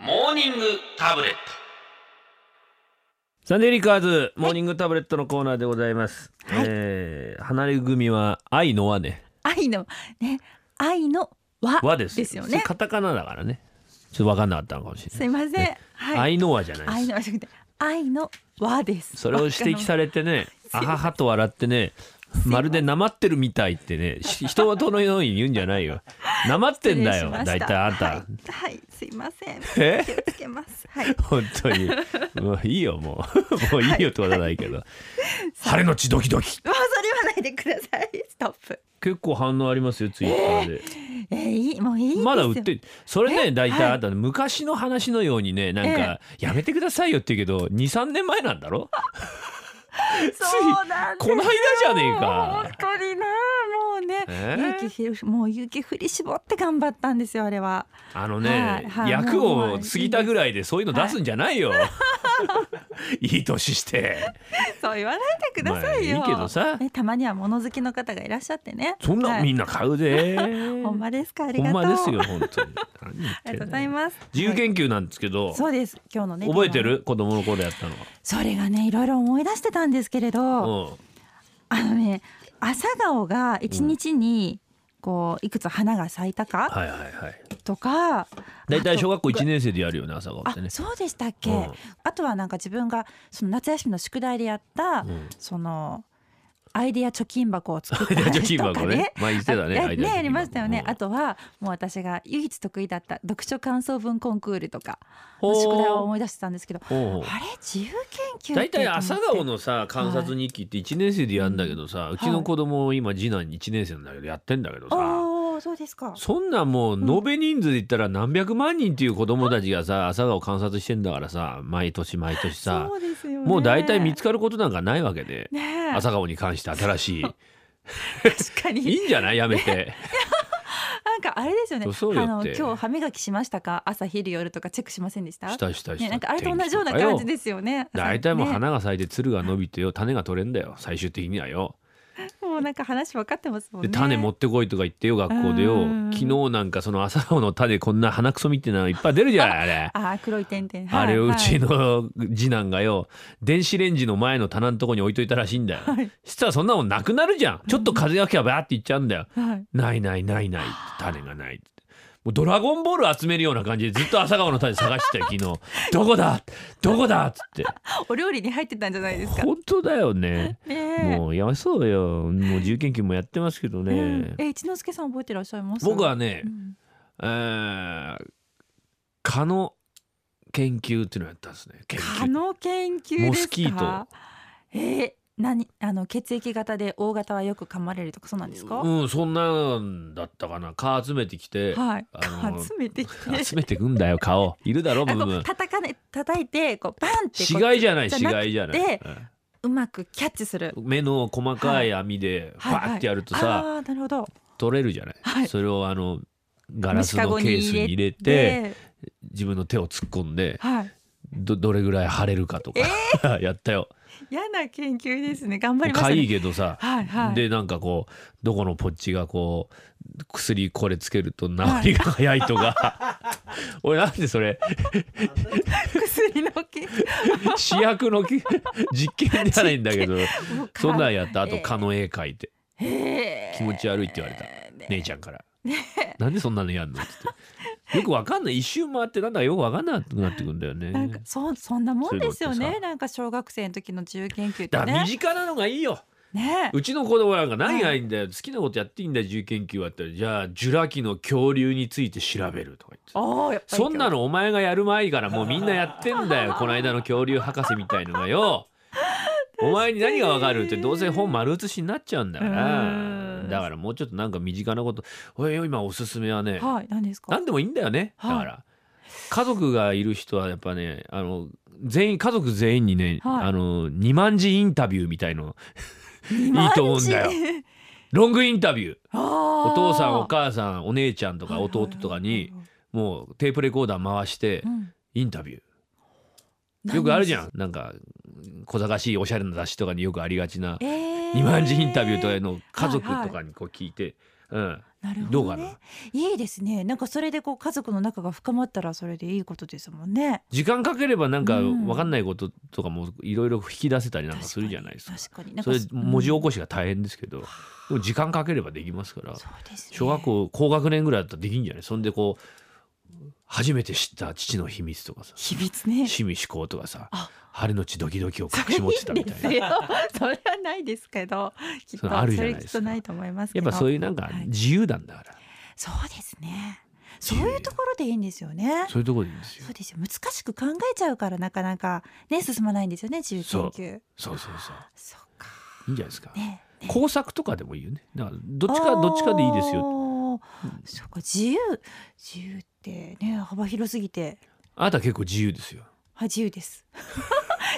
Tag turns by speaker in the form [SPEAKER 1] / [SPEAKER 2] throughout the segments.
[SPEAKER 1] ーニングタブレット
[SPEAKER 2] サンデーリカーズモーニングタブレットのコーナーでございます、
[SPEAKER 3] はい
[SPEAKER 2] えー離れ組は愛の輪ね
[SPEAKER 3] 愛のね愛の和
[SPEAKER 2] 輪です
[SPEAKER 3] ですよ
[SPEAKER 2] それ
[SPEAKER 3] ね
[SPEAKER 2] カタカナだからねちょっと分かんなかったのかもしれ
[SPEAKER 3] す
[SPEAKER 2] ない
[SPEAKER 3] いません、
[SPEAKER 2] ね
[SPEAKER 3] はい
[SPEAKER 2] 愛の輪じゃない
[SPEAKER 3] 愛
[SPEAKER 2] です
[SPEAKER 3] の和じゃなくて愛の和です
[SPEAKER 2] それを指摘されてねあははと笑ってねまるでなまってるみたいってねし人はとのように言うんじゃない よなまってんだよだ
[SPEAKER 3] 失礼しまし
[SPEAKER 2] いたいあんた、
[SPEAKER 3] はい、はい、すいません
[SPEAKER 2] え
[SPEAKER 3] 気をつけますはい
[SPEAKER 2] 本当にもういいよもうもういいよってことはないけど、晴れのちドキドキ
[SPEAKER 3] もうそれはないでくださいストップ
[SPEAKER 2] 結構反応ありますよツイッターで、
[SPEAKER 3] えー、いいもういいですよ
[SPEAKER 2] まだ売ってるそれね
[SPEAKER 3] え
[SPEAKER 2] 大体
[SPEAKER 3] はい
[SPEAKER 2] あったの昔の話のようにねなんかやめてくださいよって言うけど23年前なんだろ
[SPEAKER 3] そうなんです
[SPEAKER 2] この間じゃねえ
[SPEAKER 3] もう
[SPEAKER 2] か
[SPEAKER 3] 本当になもうね、
[SPEAKER 2] えー
[SPEAKER 3] 勇気ひろしもう勇気振り絞って頑張ったんですよあれは
[SPEAKER 2] あのね、
[SPEAKER 3] はいはい
[SPEAKER 2] 役を
[SPEAKER 3] もう
[SPEAKER 2] 過ぎたぐらいでそういうの出すんじゃないよ、 い、い年して
[SPEAKER 3] そう言わないでくださいよ、
[SPEAKER 2] まあいいけどさ
[SPEAKER 3] ねたまには物好きの方がいらっしゃってね
[SPEAKER 2] そんな
[SPEAKER 3] は
[SPEAKER 2] の
[SPEAKER 3] い
[SPEAKER 2] みんな買うで、
[SPEAKER 3] ほんまですかあり
[SPEAKER 2] ほ
[SPEAKER 3] が
[SPEAKER 2] ん
[SPEAKER 3] とう
[SPEAKER 2] まですよ本当に何言ってん
[SPEAKER 3] ありがと
[SPEAKER 2] の
[SPEAKER 3] うございます
[SPEAKER 2] 自由研究なんですけど、
[SPEAKER 3] はいそうです今日のね
[SPEAKER 2] 覚えて
[SPEAKER 3] テーマは
[SPEAKER 2] る子供の頃やったのは
[SPEAKER 3] それがねいろいろ思い出してたんですけれど
[SPEAKER 2] うん
[SPEAKER 3] あのね朝顔が一日にこういくつ花が咲いたか
[SPEAKER 2] はいはいはい
[SPEAKER 3] とか
[SPEAKER 2] 大体小学校
[SPEAKER 3] あと
[SPEAKER 2] 1年生でやるよね朝顔っ
[SPEAKER 3] あ
[SPEAKER 2] てね
[SPEAKER 3] そうでしたっけ、
[SPEAKER 2] うん
[SPEAKER 3] あとはなんか自分がその夏休みの宿題でやった、
[SPEAKER 2] うん
[SPEAKER 3] そのアイディア貯金箱を 作った
[SPEAKER 2] アイデア貯金
[SPEAKER 3] とか
[SPEAKER 2] 箱ね
[SPEAKER 3] ね。
[SPEAKER 2] 前言ってたね
[SPEAKER 3] あ
[SPEAKER 2] アイデア貯金箱
[SPEAKER 3] やりましたよね、
[SPEAKER 2] うん
[SPEAKER 3] あとはもう私が唯一得意だった読書感想文コンクールとか
[SPEAKER 2] ほう
[SPEAKER 3] の宿題を思い出してたんですけどあ
[SPEAKER 2] おう
[SPEAKER 3] れ自由研究
[SPEAKER 2] 大
[SPEAKER 3] って
[SPEAKER 2] 体
[SPEAKER 3] いうか
[SPEAKER 2] 朝顔のさ観察日記って1年生でやるんだけどさ、うちの子供今次男1年生なんだけどやってんだけどさ、
[SPEAKER 3] ああそうですか
[SPEAKER 2] そんなんもう延べ人数で言ったら何百万人っていう子供たちがさ朝顔観察してんだからさ毎年毎年さ
[SPEAKER 3] そうですよね
[SPEAKER 2] もう大体見つかることなんかないわけで、
[SPEAKER 3] ねえ
[SPEAKER 2] 朝顔に関して新しい
[SPEAKER 3] 確か
[SPEAKER 2] い
[SPEAKER 3] に
[SPEAKER 2] いんじゃないやめて。
[SPEAKER 3] なんかあれですよね
[SPEAKER 2] そうよ
[SPEAKER 3] あの
[SPEAKER 2] って
[SPEAKER 3] 今日歯磨きしましたか朝昼夜とかチェックしませんでした
[SPEAKER 2] したしたした
[SPEAKER 3] ね、なん かあれと同じような感じですよね。
[SPEAKER 2] 大体もう
[SPEAKER 3] ね
[SPEAKER 2] 花が咲いてつるが伸びてよ種が取れんだよ最終的にはよ。
[SPEAKER 3] もうなんか話分かってますもん
[SPEAKER 2] で
[SPEAKER 3] ね。
[SPEAKER 2] 種持ってこいとか言ってよ学校で
[SPEAKER 3] う
[SPEAKER 2] よ
[SPEAKER 3] ん
[SPEAKER 2] 昨日なんかその朝顔の種こんな鼻くそみたいなのいっぱい出るじゃないあれ。
[SPEAKER 3] ああ黒い点々。
[SPEAKER 2] あれをうち
[SPEAKER 3] の。
[SPEAKER 2] の次男がよ電子レンジの前の棚のとこに置いといたらしいんだよ。
[SPEAKER 3] はい
[SPEAKER 2] そしたらそんなもんなくなるじゃんちょっと風が吹けばバーっていっちゃうんだよ。
[SPEAKER 3] はい。
[SPEAKER 2] ないないないない種がないってもうドラゴンボール集めるような感じでずっと朝顔の種探してたよ昨日どこだどこだっつ って
[SPEAKER 3] お料理に入ってたんじゃな いですか。
[SPEAKER 2] 本当だよね。
[SPEAKER 3] ねえ。
[SPEAKER 2] もうやめそうよ。もう自由研究もやってますけど
[SPEAKER 3] う
[SPEAKER 2] ね
[SPEAKER 3] ん。え一之輔さん覚えてらっしゃいます。
[SPEAKER 2] 僕はね
[SPEAKER 3] う、ん。
[SPEAKER 2] えー蚊の研究っていうのをやったんですね。研
[SPEAKER 3] 蚊
[SPEAKER 2] 究。
[SPEAKER 3] の研究
[SPEAKER 2] モ
[SPEAKER 3] で
[SPEAKER 2] ス
[SPEAKER 3] す
[SPEAKER 2] キー
[SPEAKER 3] か
[SPEAKER 2] ト。
[SPEAKER 3] えー何あの血液型で O 型はよく噛まれるとかそうなんですか。
[SPEAKER 2] うん、そんなんだったかな。蚊集めてきて、
[SPEAKER 3] はい。
[SPEAKER 2] あの
[SPEAKER 3] 集めてきて。
[SPEAKER 2] 集めてくんだよ蚊を。いるだろ
[SPEAKER 3] あ
[SPEAKER 2] ブ
[SPEAKER 3] こ
[SPEAKER 2] ーム
[SPEAKER 3] う。叩かね叩いてこうバンってこう
[SPEAKER 2] 死骸じゃない
[SPEAKER 3] じゃ
[SPEAKER 2] 死
[SPEAKER 3] なくて
[SPEAKER 2] 骸じゃない。
[SPEAKER 3] うまくキャッチする
[SPEAKER 2] う。ん目の細かい網でフ
[SPEAKER 3] はいはい
[SPEAKER 2] ァってやるとさ
[SPEAKER 3] ああーなるほど。
[SPEAKER 2] 取れるじゃな
[SPEAKER 3] はい
[SPEAKER 2] い。それをあのガラスのケースに入れて
[SPEAKER 3] で、
[SPEAKER 2] 自分の手を突っ込んで
[SPEAKER 3] はい。
[SPEAKER 2] どどれぐらい腫れるかとか、 やったよ。
[SPEAKER 3] 嫌な研究ですね。頑張りまし
[SPEAKER 2] か
[SPEAKER 3] た
[SPEAKER 2] いい
[SPEAKER 3] ね。
[SPEAKER 2] けどさ、
[SPEAKER 3] はいはい。
[SPEAKER 2] でなんかこうどこのポッチがこう薬これつけると治りが早いと か、俺なんでそれ
[SPEAKER 3] 薬の研究。
[SPEAKER 2] 試薬のき実験じゃないんだけど
[SPEAKER 3] もうか
[SPEAKER 2] そんなんやったあと
[SPEAKER 3] えー
[SPEAKER 2] 蚊の絵描いて
[SPEAKER 3] へ ー
[SPEAKER 2] 気持ち悪いって言われた
[SPEAKER 3] ね
[SPEAKER 2] 姉ちゃんから「なんでそんなのやんの?」っつってよくわかんない一周回ってなんだかよくわかんなくなってくんだよ
[SPEAKER 3] なんか
[SPEAKER 2] ね。
[SPEAKER 3] そそんなもんですよ
[SPEAKER 2] そういうのって
[SPEAKER 3] ね。
[SPEAKER 2] さ
[SPEAKER 3] なんか小学生の時の自由研究って
[SPEAKER 2] だから身
[SPEAKER 3] ね。
[SPEAKER 2] 近なのがいいよ
[SPEAKER 3] ね。
[SPEAKER 2] うちの子供なんか何がいいんだよ、好きなことやっていいんだよ自由研究はって言ったらじゃあジュラ紀の恐竜について調べるとか言って
[SPEAKER 3] おーやっぱり
[SPEAKER 2] そんなのお前がやる前から もうみんなやってんだよこの間の恐竜博士みたいのが よお前に何がわかるってどうせ本丸写しになっちゃうんだか
[SPEAKER 3] う
[SPEAKER 2] ら
[SPEAKER 3] ん
[SPEAKER 2] だからもうちょっとなんか身近なことおい今おすすめはね
[SPEAKER 3] はい何ですか。
[SPEAKER 2] 何でもいいんだよねだ
[SPEAKER 3] は
[SPEAKER 2] か
[SPEAKER 3] い
[SPEAKER 2] ら家族がいる人はやっぱねあの全員家族全員にね、
[SPEAKER 3] はい
[SPEAKER 2] あの2万字インタビューみたいの
[SPEAKER 3] い
[SPEAKER 2] いと思うんだよ。ロングインタビュー
[SPEAKER 3] お
[SPEAKER 2] お父さんお母さんお姉ちゃんと
[SPEAKER 3] と
[SPEAKER 2] か弟とかにもうテープレコーダー回してインタビューよくあるじゃん。なんか小賢しいおしゃれな雑誌とかによくありがちな
[SPEAKER 3] ええ。
[SPEAKER 2] 二万字インタビューとか
[SPEAKER 3] の。
[SPEAKER 2] の家族とかにこう聞いてうん、
[SPEAKER 3] なるほ
[SPEAKER 2] どう
[SPEAKER 3] ど
[SPEAKER 2] か
[SPEAKER 3] ね
[SPEAKER 2] な。
[SPEAKER 3] いいですね。なんかそれでこう家族の仲が深まったらそれでいいことですもんね。
[SPEAKER 2] 時間かければなんか
[SPEAKER 3] うん
[SPEAKER 2] 分かんないこととかもいろいろ引き出せたりなんかするじゃないですか。
[SPEAKER 3] 確かに。確
[SPEAKER 2] そ
[SPEAKER 3] か
[SPEAKER 2] れ
[SPEAKER 3] になんか
[SPEAKER 2] 文字起
[SPEAKER 3] うん
[SPEAKER 2] こしが大変ですけど、でも時間かければできますから
[SPEAKER 3] そうですね。
[SPEAKER 2] 小学校高学年ぐらいだったらできんじゃないそんでこう初めて知った父の秘密とかさ
[SPEAKER 3] 秘密ね。
[SPEAKER 2] 趣味思考とかさ
[SPEAKER 3] あ
[SPEAKER 2] 晴れのちドキドキを
[SPEAKER 3] そ
[SPEAKER 2] 隠
[SPEAKER 3] れ
[SPEAKER 2] し持ってたみ
[SPEAKER 3] いい
[SPEAKER 2] た
[SPEAKER 3] で
[SPEAKER 2] い
[SPEAKER 3] す
[SPEAKER 2] な。
[SPEAKER 3] よ。それはないです けど、きっ
[SPEAKER 2] そ
[SPEAKER 3] と
[SPEAKER 2] れあるじ
[SPEAKER 3] そ
[SPEAKER 2] ゃない
[SPEAKER 3] れ
[SPEAKER 2] です
[SPEAKER 3] き
[SPEAKER 2] か
[SPEAKER 3] っとないと思いますけ
[SPEAKER 2] やっ
[SPEAKER 3] ど。
[SPEAKER 2] ぱそういうなんか
[SPEAKER 3] はい
[SPEAKER 2] 自由なんだから、
[SPEAKER 3] そうですね。そういうところでいいんですよね。
[SPEAKER 2] そういうところでいいんですよ
[SPEAKER 3] そう。ですよ。難しく考えちゃうからなかなかね進まないんですよね自由研究。
[SPEAKER 2] そうそうそう
[SPEAKER 3] そうか。
[SPEAKER 2] いいんじゃないですか。
[SPEAKER 3] ね。
[SPEAKER 2] 工作とかでもいいよね。だからどっちかどっちかでいいですよ。
[SPEAKER 3] よ。そうか自由自由ってね幅広すぎて
[SPEAKER 2] あなた結構自由ですよ。
[SPEAKER 3] あ自由です。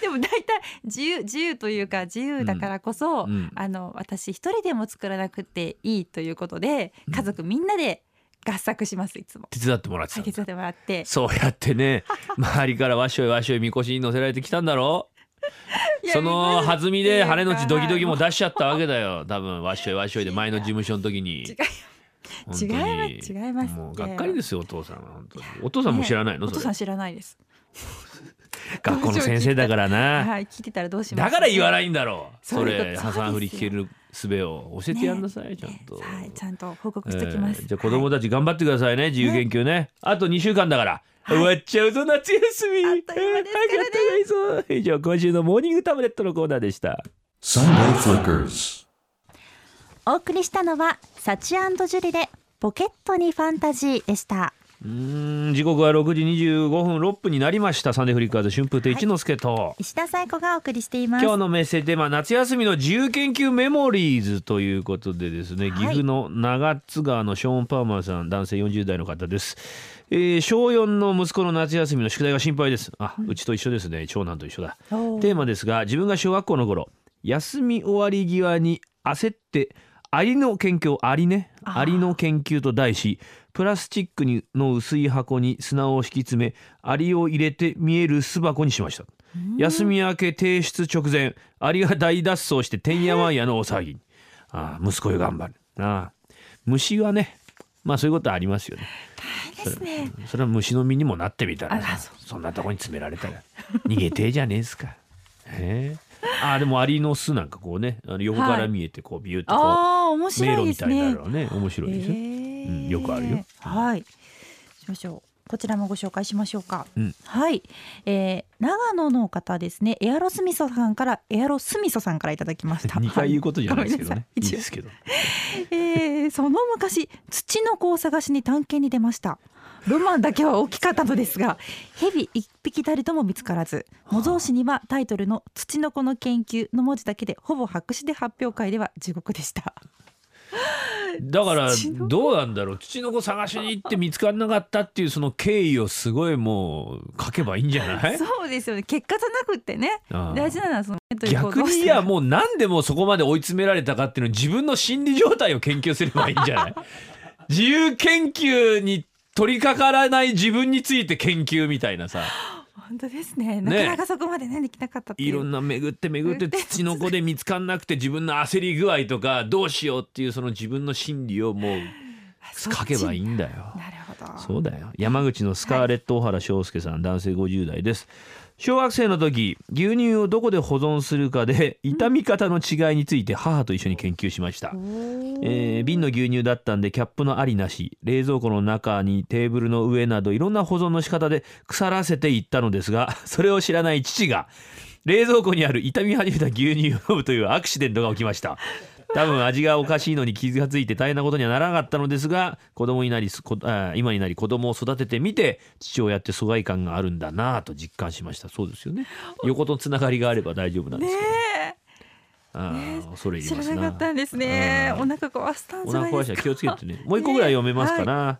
[SPEAKER 3] でも大体自由自由というか自由だからこそ、
[SPEAKER 2] うんうん
[SPEAKER 3] あの私一人でも作らなくていいということで家族みんなで合作しますいつも。
[SPEAKER 2] 手伝ってもらってた
[SPEAKER 3] 解
[SPEAKER 2] んだ
[SPEAKER 3] 決してもらって。
[SPEAKER 2] そうやってね周りからわっしょいわっしょいみこしに乗せられてきたんだろその弾みで晴れのちドキドキも
[SPEAKER 3] だ
[SPEAKER 2] 出しちゃったわけだよ多分わっしょいわっしょいで前の事務所の時に
[SPEAKER 3] 違う
[SPEAKER 2] 本当
[SPEAKER 3] 違い
[SPEAKER 2] に
[SPEAKER 3] ます違いますって
[SPEAKER 2] もうがっかりですよお父さんは本当にお父さんも知らないの、
[SPEAKER 3] お父
[SPEAKER 2] そ
[SPEAKER 3] さ
[SPEAKER 2] れ
[SPEAKER 3] ん知らないです。
[SPEAKER 2] 学校の先生だからな
[SPEAKER 3] はい、聞いてたらどうしま
[SPEAKER 2] だ
[SPEAKER 3] す
[SPEAKER 2] から言わ
[SPEAKER 3] い
[SPEAKER 2] ないんだろう
[SPEAKER 3] そ
[SPEAKER 2] そう
[SPEAKER 3] いうこと
[SPEAKER 2] れ
[SPEAKER 3] そうです
[SPEAKER 2] 破
[SPEAKER 3] よ
[SPEAKER 2] 産振り聞ける術を教えてやんなさい、ちゃんと、
[SPEAKER 3] はい、ちゃんと報告しときます。
[SPEAKER 2] えーじゃあ子供
[SPEAKER 3] だ。
[SPEAKER 2] たち頑張ってくださいね、自由研究ねあと2週間だから、
[SPEAKER 3] はい
[SPEAKER 2] 終わっちゃうぞ夏休み
[SPEAKER 3] あっという間ですから
[SPEAKER 2] 早
[SPEAKER 3] ね
[SPEAKER 2] くやった方がいいぞ以上今週のモーニングタブレットのコーナーでした
[SPEAKER 1] Sunday Flickers.
[SPEAKER 4] お送りしたのはサチアンドジュリでポケットにファンタジーでした
[SPEAKER 2] うーん時刻は6時25分6分になりましたサンデーフリッカーズ春風亭一之輔と、
[SPEAKER 4] 石田彩子がお送りしています
[SPEAKER 2] 今日のメッセージテーマは夏休みの自由研究メモリーズということでですね、岐阜の長津川のショーン・パーマンさん男性40代の方です、えー小4の息子の夏休みの宿題が心配ですあ、うちと一緒ですね長男と一緒だ
[SPEAKER 3] おー
[SPEAKER 2] テーマですが自分が小学校の頃休み終わり際に焦ってアリの研究アリね
[SPEAKER 3] あー
[SPEAKER 2] アリの研究と題しプラスチックにの薄い箱に砂を敷き詰めアリを入れて見える巣箱にしました休み明け提出直前アリが大脱走しててんやわんやのお騒ぎにああ息子よ頑張るああ虫はねまあそういうことはありますよね
[SPEAKER 3] 大変ですね。
[SPEAKER 2] それは虫の身にもなってみたら
[SPEAKER 3] あら
[SPEAKER 2] さ
[SPEAKER 3] そ
[SPEAKER 2] そんなとこに詰められたら逃げてえじゃねえっす か。ええあーでもアリの巣なんかこうねあの横か
[SPEAKER 3] は
[SPEAKER 2] ら
[SPEAKER 3] い
[SPEAKER 2] 見えてこうビューってこう、
[SPEAKER 3] ああ、面
[SPEAKER 2] 迷
[SPEAKER 3] 白
[SPEAKER 2] 路
[SPEAKER 3] いで
[SPEAKER 2] み
[SPEAKER 3] す
[SPEAKER 2] たいな
[SPEAKER 3] ね。
[SPEAKER 2] のね面白いですよ。うんよくあるよ
[SPEAKER 3] はい。しましょう。こちらもご紹介しましょうか。
[SPEAKER 2] うん
[SPEAKER 3] はい、えー、長野の方ですね。エアロスミソさんから、エアロスミソさんからいただきました。
[SPEAKER 2] 二回言うことじゃないですけど
[SPEAKER 3] は
[SPEAKER 2] ね。
[SPEAKER 3] ご
[SPEAKER 2] い
[SPEAKER 3] め
[SPEAKER 2] い
[SPEAKER 3] んな
[SPEAKER 2] で
[SPEAKER 3] さい一応
[SPEAKER 2] すけど。
[SPEAKER 3] えーその昔土の子を探しに探検に出ましたロマンだけは大きかったのですが蛇一匹たりとも見つからず模造紙にはタイトルの「土の子の研究」の文字だけでほぼ白紙で発表会では地獄でした
[SPEAKER 2] だから
[SPEAKER 3] 土の子
[SPEAKER 2] どうなんだろう。土の子探しに行って見つからなかったっていうその経緯をすごいもう書けばいいんじゃない？
[SPEAKER 3] そうですよね結果じゃなくってね
[SPEAKER 2] あー
[SPEAKER 3] 大事なのはそのという
[SPEAKER 2] 逆
[SPEAKER 3] 行動
[SPEAKER 2] にいやもうなんでもうそこまで追い詰められたかっていうのを自分の心理状態を研究すればいいんじゃない 自由研究に取り掛からない自分について研究みたいなさ
[SPEAKER 3] 本当ですねな
[SPEAKER 2] ね
[SPEAKER 3] かなかそこまでねできなかったってい
[SPEAKER 2] いうろんな巡って巡って土の子で見つかんなくて自分の焦り具合とかどうしようっていうその自分の心理を もう
[SPEAKER 3] あそっち
[SPEAKER 2] 書けばいいんだよ。
[SPEAKER 3] なるほど
[SPEAKER 2] そうだよ山口のスカーレット小原翔介さん、男性50代です小学生の時牛乳をどこで保存するかで傷み方の違いについて母と一緒に研究しました、えー瓶の牛乳だったんでキャップのありなし冷蔵庫の中にテーブルの上などいろんな保存の仕方で腐らせていったのですが それを知らない父が冷蔵庫にある傷み始めた牛乳を飲むというアクシデントが起きました多分味がおかしいのに傷がついて大変なことにはならなかったのですが子供になりすこあ今になり子供を育ててみて父親って疎外感があるんだなぁと実感しましたそうですよね横とつながりがあれば大丈夫なんですけど、
[SPEAKER 3] ね
[SPEAKER 2] あー恐れ入
[SPEAKER 3] 知
[SPEAKER 2] り
[SPEAKER 3] ら
[SPEAKER 2] ます
[SPEAKER 3] なかったんですね
[SPEAKER 2] うん
[SPEAKER 3] お腹壊したん
[SPEAKER 2] お
[SPEAKER 3] じゃな
[SPEAKER 2] 腹壊
[SPEAKER 3] いです
[SPEAKER 2] し
[SPEAKER 3] か
[SPEAKER 2] は気をつけてね。もう一個ぐらい読めますかな。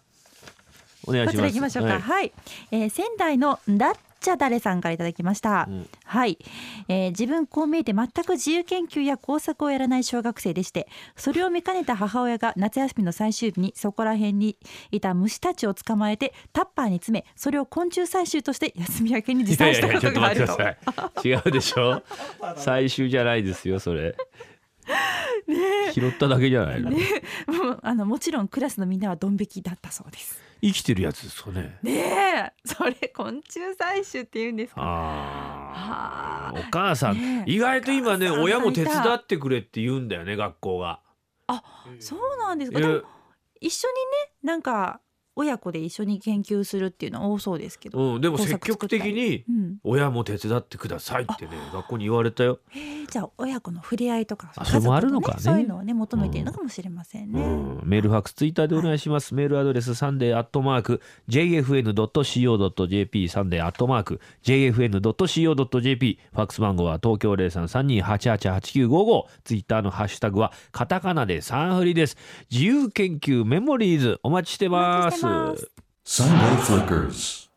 [SPEAKER 2] お願い
[SPEAKER 3] こ
[SPEAKER 2] し
[SPEAKER 3] ち
[SPEAKER 2] ます。
[SPEAKER 3] ら行きましょうか。はい、
[SPEAKER 2] はい
[SPEAKER 3] えー仙台のだっちゃだれさんからいただきました。
[SPEAKER 2] うん
[SPEAKER 3] はい、えー自分こう見えて全く自由研究や工作をやらない小学生でして、それを見かねた母親が夏休みの最終日にそこら辺にいた虫たちを捕まえてタッパーに詰め、それを昆虫採集として休み明けに持
[SPEAKER 2] いや
[SPEAKER 3] 参
[SPEAKER 2] い
[SPEAKER 3] し
[SPEAKER 2] やいや
[SPEAKER 3] たこ
[SPEAKER 2] ちょっ
[SPEAKER 3] と
[SPEAKER 2] と
[SPEAKER 3] があ
[SPEAKER 2] 待っ
[SPEAKER 3] る
[SPEAKER 2] て
[SPEAKER 3] と。
[SPEAKER 2] ください。違うでしょ。最終じゃないですよそれ。拾っただけじゃないの。
[SPEAKER 3] もうあのもちろんクラスのみんなはドン引きだったそうです。
[SPEAKER 2] 生きてるやつですかね
[SPEAKER 3] ねえ、それ昆虫採集って言うんですか。
[SPEAKER 2] あ
[SPEAKER 3] は
[SPEAKER 2] ーお母さん、
[SPEAKER 3] ねえ
[SPEAKER 2] 意外と今ね
[SPEAKER 3] お母さん
[SPEAKER 2] 親も手伝ってくれって言うんだよね学校が。
[SPEAKER 3] そうなんですか。
[SPEAKER 2] い
[SPEAKER 3] で
[SPEAKER 2] や
[SPEAKER 3] も一緒にね、なんか親子で一緒に研究するっていうのは多そうですけど。
[SPEAKER 2] うん、でも
[SPEAKER 3] 工作
[SPEAKER 2] 積極的に
[SPEAKER 3] うん。
[SPEAKER 2] 親も手伝ってくださいってね学校に言われたよ。
[SPEAKER 3] えーじゃあ親子の触れ合いとか、
[SPEAKER 2] あそれもあるのかね
[SPEAKER 3] 家族とそういうのをね求めているのかもしれません
[SPEAKER 2] う
[SPEAKER 3] ね。
[SPEAKER 2] ん、メールファックスツイッターでお願いします。メールアドレスサンデーアットマーク jfn.co.jp サンデーアットマーク jfn.co.jp ファックス番号は東京零三三二八八八九五五ツイッターのハッシュタグはカタカナでサンフリです。自由研究メモリーズお待ちしてます。
[SPEAKER 1] Sunday Flickers.